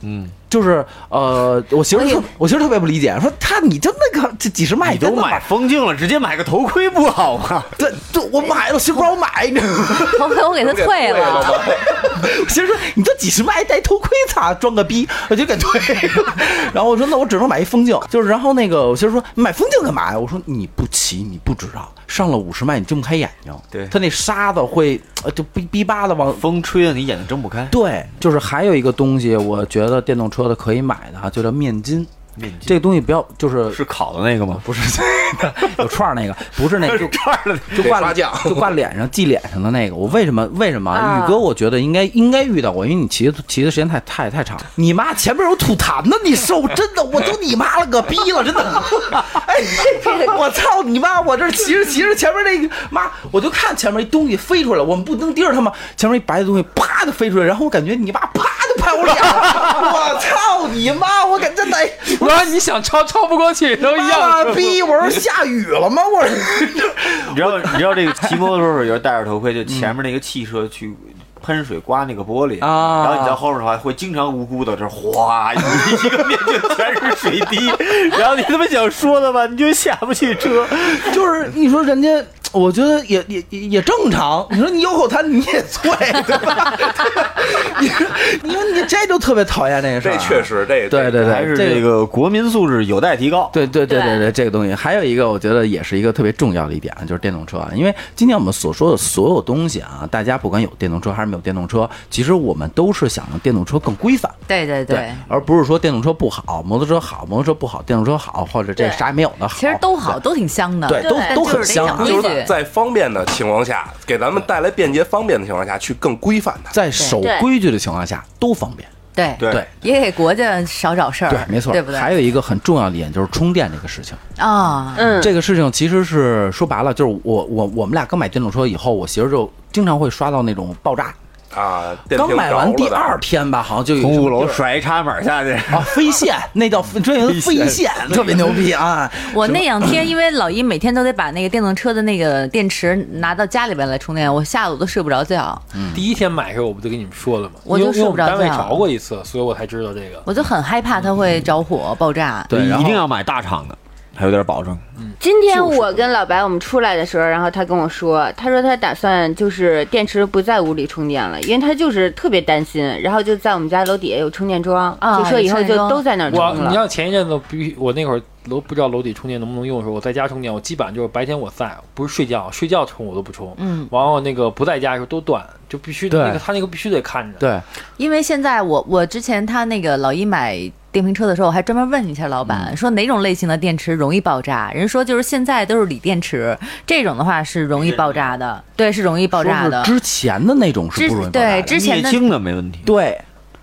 嗯，就是呃，我其实特我其实特别不理解，说他你真的个这几十迈你都真的买风镜了，直接买个头盔不好吗？对对，我买了，谁不让我买？你知道吗？头盔我给他退了。 先说你这几十万还戴头盔擦，装个逼， 我就给退了。然后我说那我只能买一风镜，就是然后那个我先说买风镜干嘛呀？我说你不骑你不知道，上了五十迈你睁不开眼睛，对它那沙子会呃就逼逼巴的往。风吹的你眼睛睁不开。对，就是还有一个东西，我觉得电动车的可以买的哈，就叫面筋。面筋这个东西不要，就是 是烤的那个吗？不是， 有串儿那个，不是那个，就串的。 就挂得刷酱就挂脸上系脸上的那个。我为什么为什么啊宇哥？我觉得应该应该遇到过，因为你骑的骑的时间太太太长了。你妈前面有吐痰呢，你受真的，我都你妈了个逼了，真的。哎，我操你妈！我这骑着骑着前面那个妈，我就看前面一东西飞出来，我们不能盯着他吗？前面一白的东西啪的飞出来，然后我感觉你妈啪就拍我脸上， 我操你妈！我感觉得。 我让你想超超不过去都一妈样。了逼！我说下雨了吗？我说。你知道你知道这个骑摩托车的时候，有时候戴着头盔，就前面那个汽车去喷水刮那个玻璃啊然后你在后面的话，会经常无辜的这哗，一个面镜全是水滴，然后你他妈想说的吧，你就下不去车。就是你说人家，我觉得也也也也正常。你说你有口痰你也醉，对吧？你说你说你这就特别讨厌这个事儿、这确，实，这对对还对，是这这。个国民素质有待提高。对对对对对，这个东西还有一个，我觉得也是一个特别重要的一点，就是电动车啊。因为今天我们所说的所有东西啊，大家不管有电动车还是没有电动车，其实我们都是想让电动车更规范。对对对，而不是说电动车不好，摩托车好，摩托车不好，电动车好，或者这对啥也没有的好，其实都好，都挺香的。对，都对都就是很得香、讲啊规。就是矩在在方便的情况下，给咱们带来便捷方便的情况下，去更规范它。在守对规矩的情况下都方便。对哎对对也给国家少找事儿。对，没错，对不对？还有一个很重要的点就是充电这个事情。啊，嗯，这个事情其实是说白了，就是我我我们俩刚买电动车以后，我媳妇儿就经常会刷到那种爆炸。啊，电刚瓶买着完了第的二天吧，好像就有从什么五楼地儿甩一插板下去。啊，飞线，那叫专业的飞线，特别牛逼啊！我那两天因为老一每天都得把那个电动车的那个电池拿到家里边来充电，我下午都睡不着觉，第一天买的时候我不就跟你们说了吗？我就因为因为受我不们了单位这样着过一次，所以我才知道这个。我就很害怕它会着火爆炸。对，一然后定要买大厂的。还有点保证。今天我跟老白我们出来的时候，然后他跟我说，他说他打算就是电池不在屋里充电了，因为他就是特别担心，然后就在我们家楼底下有充电桩，啊就说以后有充电就桩都在那儿充我你了。要前一阵子必须，我那会儿楼不知道楼底充电能不能用的时候，我在家充电，我基本上就是白天我在，不是睡觉，睡觉充我都不充，嗯，然后那个不在家的时候都断，就必须对那个他那个必须得看着。对，因为现在我我之前他那个老一买电瓶车的时候，我还专门问一下老板，嗯说哪种类型的电池容易爆炸？人说就是现在都是锂电池，这种的话是容易爆炸的，对，是容易爆炸的。说是之前的那种是之不容易爆炸的对之前液的晶的没问题，对，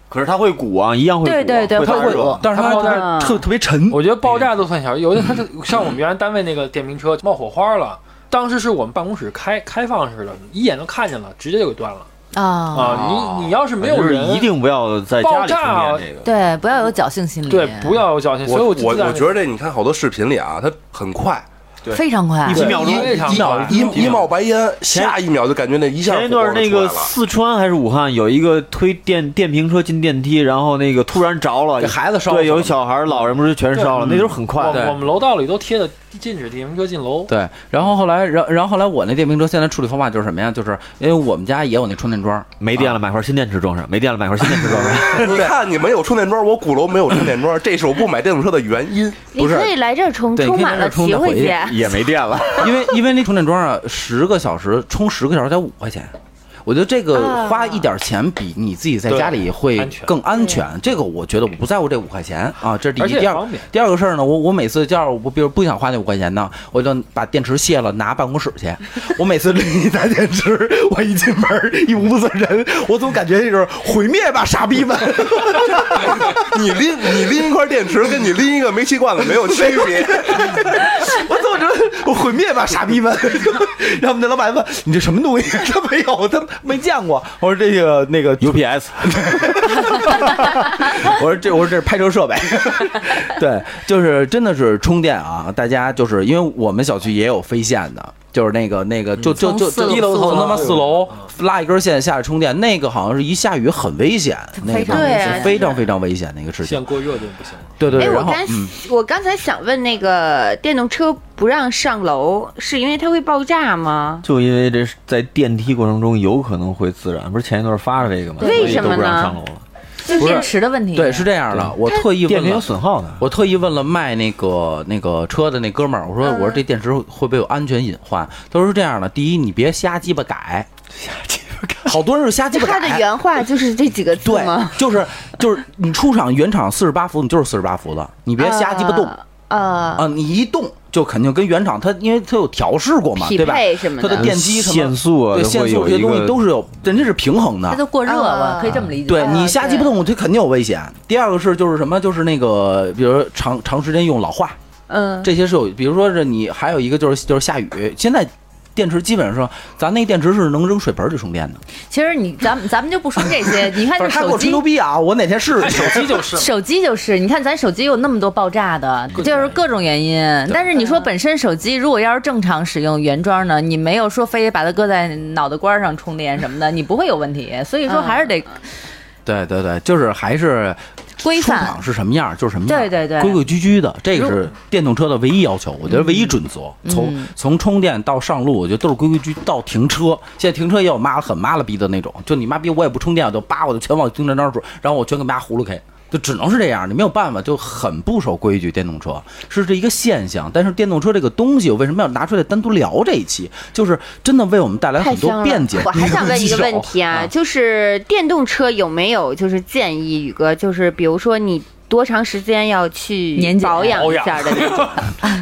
可是它会鼓啊，一样会鼓啊、对对对发它会热会，但是它它爆炸嗯它特特别 沉，我觉得爆炸都算小，有的它是像我们原来单位那个电瓶车冒火花了。当时是我们办公室开开放式的，一眼就看见了，直接就给断了啊，啊！你你要是没有哦就是人，一定不要在家里爆炸充电这个。对，不要有侥幸心理，对不要有侥幸。所以我就在我觉得这你看好多视频里啊，它很快，对非常快，对几秒钟非常一秒快一一冒白烟，下一秒就感觉那一下前一段那火光就出来个了四川还是武汉，有一个推电电瓶车进电梯，然后那个突然着了，给孩子烧死了对，有小孩儿、老人不是全烧了，那都是很快我的。对我们楼道里都贴的禁止电瓶车进楼。对，然后后来，然然后后来我那电瓶车现在处理方法就是什么呀？就是因为我们家也有那充电桩，没电了，买块新电池装上；没电了，买块新电池装上。 你看你们有充电桩，我鼓楼没有充电桩，这是我不买电动车的原因。 你可以来这儿充，对你充可以满来这儿了啊充骑再回回去去。也没电了，因为因为那充电桩啊，十个小时充十个小时才五块钱，我觉得这个花一点钱比你自己在家里会更安全。这个我觉得我不在乎这五块钱啊，这是第而且一。也第二方便，第二个事儿呢，我我每次要是我比如不想花那五块钱呢，我就把电池卸了拿办公室去。我每次拎一台电池，我一进门一屋子人，我总感觉就是毁灭吧，傻逼们。你拎你拎一块电池，跟你拎一个煤气罐子没有区别。 我怎么着？我毁灭吧，傻逼们！ 然后我们那老板问：“你这什么东西？”他没有，他没见过。我说：“这个那个 UPS 我说这我说这是拍摄设 备， 对，就是真的是充电啊！大家就是因为我们小区也有飞线的，就是那个那个就就就嗯从四就楼一楼四楼嗯从他妈四楼拉一根线下去充电，那个好像是一下雨很危险，那非个常危险是非常非常危险的一个事情线。过热就 不行了。对对，哎，对我然后刚嗯，我刚才想问那个电动车不让上楼，是因为它会爆炸吗？就因为这是在电梯过程中有可能会自燃，不是前一段发的这个吗？为什所么呢以都不让上楼了，就是电池的问题，对是这样的，我特意电问瓶有了。损耗的。我特意问了卖那个那个车的那哥们儿，我嗯说我说这电池会不会有安全隐患？他说是这样的，第一你别瞎鸡巴改，瞎鸡巴改，好多人是瞎鸡巴它改。的原话就是这几个字对吗？，就是就是你出厂原厂四十八伏，你就是四十八伏的，你别瞎鸡巴动啊啊！啊！你一动就肯定跟原厂它，因为它有调试过嘛，匹对吧？配什么它的的电机什么呃限速啊对都会限速这有些一东个西都是有，人家是平衡的它。就过热了，啊可以这么理解。对你啊瞎鸡巴对动，它肯定有危险。第二个是就是什么，就是那个，比如说长长时间用老化，嗯，这些是有，比如说是你还有一个就是就是下雨，现在电池基本上咱那电池是能扔水盆里充电的。其实你咱们咱们就不说这 些，你看不这是他给手我吹机牛逼啊，我哪天试试去。手机就是 嘛手机就是，你看咱手机有那么多爆炸的，就是各种原因。但是你说本身手机如果要是正常使用原装呢，你没有说非得把它搁在脑袋瓜上充电什么的，你不会有问 题。所以说还是得对对对，就是还是规出范厂。是什么样就是什么样，对对对规规矩矩的，这个是电动车的唯一要求，我觉得唯一准则。嗯从从充电到上路，我觉得都是规规矩矩。到停车，现在停车也有妈很妈了逼的那种，就你妈逼我也不充电，我就叭我就全往停车桩住，然后我全给妈葫芦开。就只能是这样，你没有办法，就很不守规矩。电动车是这一个现象，但是电动车这个东西，我为什么要拿出来单独聊这一期？就是真的为我们带来哎太很香多了便捷。我还想问一个问题啊，啊就是电动车有没有就是建议宇哥，就是比如说你多长时间要去年检保养一下的那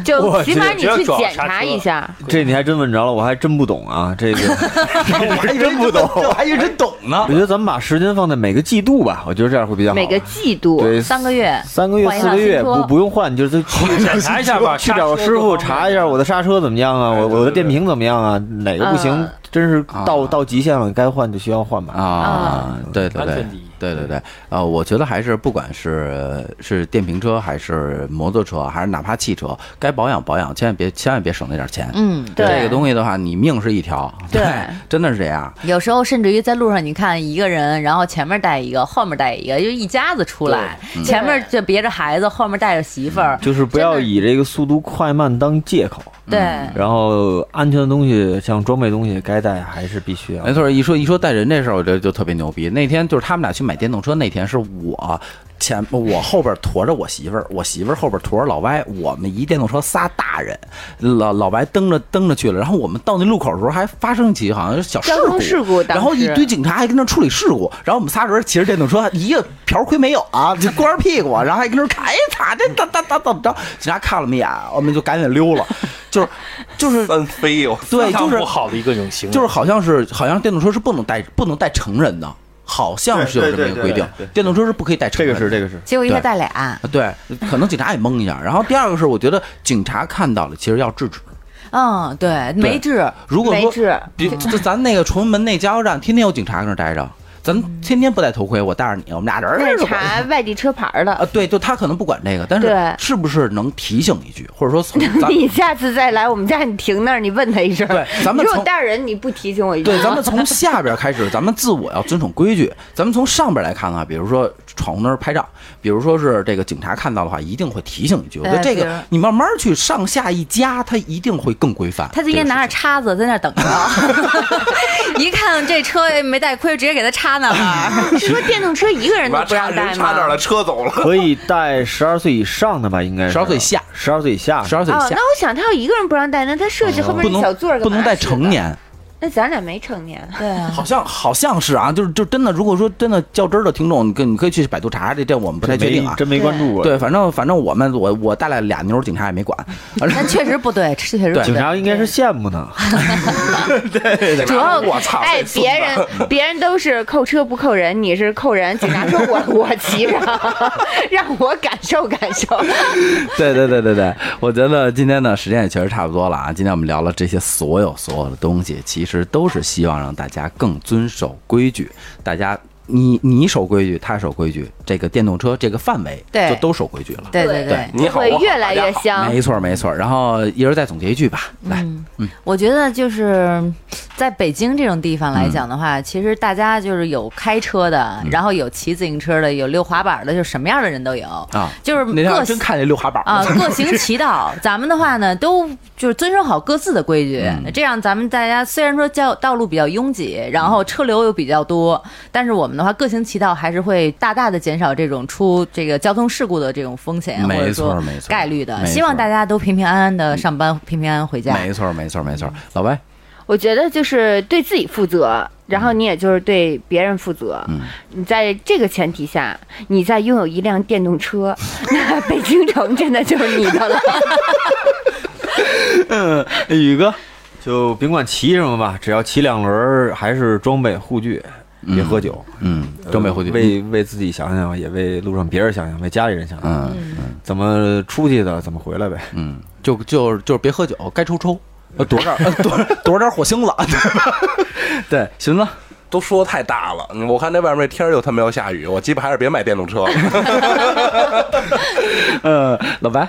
种，就我起觉得码你主要去主要检刹查车一下。这你还真问着了，我还真不懂啊，这个 我还真不 懂，我还以为真懂呢我。觉得咱们把时间放在每个季度吧，我觉得这样会比较好。每个季度，对三个月，三个月、换一四辆个月新车不不用换，就是去检查一下吧，去刹找车师各傅方面查一下我的刹车怎么样啊，我我的电瓶怎么样啊，哪个不行嗯，真是到啊到极限了，该换就需要换吧。啊，对对安对全，第一。对对对，呃，我觉得还是不管是呃是电瓶车还是摩托车，还是哪怕汽车，该保养保养，千万别千万别省那点钱。嗯，对这个东西的话，你命是一条，对 真的是这样。有时候甚至于在路上，你看一个人，然后前面带一个，后面带一个，就一家子出来，前面就别着孩子，后面带着媳妇儿，就是不要以这个速度快慢当借口，对，嗯然后安全的东西，像装备东西，该带还是必须要没。错，一说一说带人这事儿，我觉得就特别牛逼。那天就是他们俩去买电动车，那天是我前我后边驮着我媳妇儿，我媳妇儿后边驮着老歪，我们一电动车仨大人，老老白蹬着蹬着去了。然后我们到那路口的时候，还发生起好像是小交通事故当时然后一堆警察还跟那处理事故，然后我们仨人骑着电动车，一个瓢盔没有啊，就光着屁股，然后还跟那看，哎咋这咋咋咋怎么着？警察看了我们一眼，我们就赶紧溜了，就是 就是三飞我对，就非常是不好的一个人行为，就是好像是好像电动车是不能带不能带成人的，好像是有这么一个规定对对对对，对电动车是不可以带成这人个的。是这个是，结果一下带俩，对，可能警察也懵一下。然后第二个是，我觉得警察看到了，其实要制止。嗯，对，对没治，如果没说，治，比就咱那个崇文门那加油站，天天有警察跟那儿待着，咱天天不戴头盔，我带着你，我们俩人那儿查外地车牌儿啊，的。对，就他可能不管这个，但对是是不是能提醒一句，或者说从咱 你下次再来我们家，你停那儿，你问他一声。对咱们你说我从大人，你不提醒我一句。 对，咱们从下边开始，咱们自我要遵守规矩。咱们从上边来看的啊话，比如说闯红灯拍照，比如说是这个警察看到的话，一定会提醒一句。我觉得哎这对个你慢慢去上下一加，它一定会更规范。他就应该拿着叉子在那儿等着， 一看这车也没带盔，直接给他插那儿。你说电动车一个人都妈不插让人带插这儿吗了，？车走了。可以带十二岁以上的吧，应该十二岁以下，十二岁以下，十二岁以哦，下、哎那我想他要一个人不让带，那他设计后不面那小能座儿干不能嘛带似的嗯成。年，那咱俩没成年，对啊，好像好像是啊，就是就真的，如果说真的较真儿的听众，你跟你可以去百度查查，这这我们不太确定啊。真没关注过。对，反正反正我们我我带来俩妞儿，警察也没管，反正 但确实不对，确实不对警对。察应该是羡慕呢，主要 我操，哎，这孙别子 人别人都是扣车不扣人，你是扣人。警察说我我骑上， 让我感受感受。 对对对对对，我觉得今天呢时间也确实差不多了啊。今天我们聊了这些所有所有的东西，其实都是希望让大家更遵守规矩，大家。你你守规矩，他守规矩，这个电动车这个范围对就都守规矩了。对对对，你好，啊会我好越来大越家好香。没错没错。然后一人再总结一句吧，嗯来，我觉得就是在北京这种地方来讲的话，其实大家就是有开车的，然后有骑自行车的，有溜滑板的，就什么样的人都有啊就是那天各还真看见溜滑板 啊，了各行其道。咱们的话呢，都就是遵守好各自的规矩，嗯这样咱们大家虽然说交道路比较拥挤，然嗯后车流又比较多，但是我们的话各行其道，还是会大大的减少这种出这个交通事故的这种风险，或没者错说没错概率的。没希望错嗯大家都平平安安的上班，平平安安回家。没错没错没错。老白，我觉得就是对自己负责，然后你也就是对别人负责。嗯你在这个前提下，你再拥有一辆电动车，那北京城真的就是你的了。哎宇哥，就甭管骑什么吧，只要骑两轮儿，还是装备护具，别喝酒，嗯，装备护呃具，为为自己想想，也为路上别人想想，为家里人想想，嗯怎么出去的，怎么回来呗。嗯，就就就是别喝酒，该抽抽，呃躲着点儿躲着躲着点儿火星子， 对，行了。都说太大了，我看这外面这天儿又他妈要下雨，我鸡巴还是别买电动车了。呃，老白，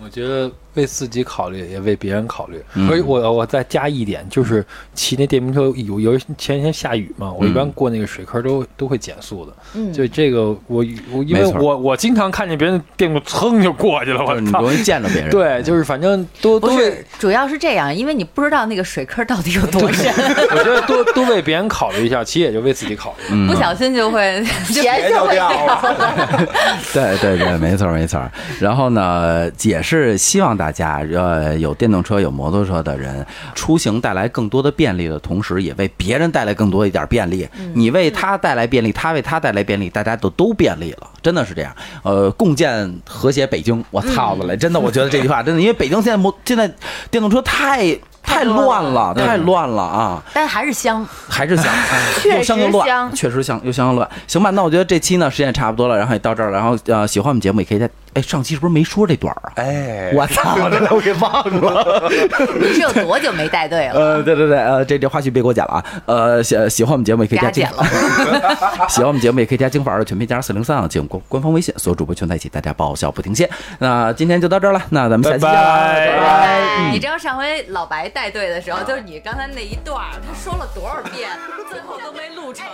我觉得为自己考虑，也为别人考虑。嗯所以我我再加一点，就是骑那电瓶车，有有前几天下雨嘛，我一嗯般过那个水坑都都会减速的。嗯，就这个我我因为没错我我经常看见别人电动蹭就过去了，就是我你操！容易见着别人。对，就是反正多不多为是，主要是这样，因为你不知道那个水坑到底有多深， 我觉得多多为别人考虑一下，其实也就为自己考虑。嗯不小心就 会就别别就掉了，对对对，没错没错。然后呢，也是希望大家呃有电动车、有摩托车的人，出行带来更多的便利的同时，也为别人带来更多一点便利。你为他带来便利，他为他带来便利，大家都都便利了，真的是这样。呃，共建和谐北京，我操的嘞！真的，我觉得这句话真的，因为北京现在摩现在电动车太。太乱了，太乱了啊！但还是香。还是香，哎确又香又实乱，香确实香又香又乱。行吧，那我觉得这期呢时间也差不多了，然后也到这儿了，然后呃喜欢我们节目也可以在哎，上期是不是没说这段儿啊？哎，我操，这我给忘了。您是有多久没带队了？呃，对对对，呃，这这花絮别给我剪了啊。呃，喜喜欢我们节目也可以给加他金剪 了，喜欢我们节目也可以加京范儿的全拼加四零三啊，进官官方微信，所有主播全在一起，大家爆笑不停歇。那今天就到这儿了，那咱们下期见啦拜拜你知道上回老白带队的时候，就是你刚才那一段儿，他说了多少遍，最后都没录成。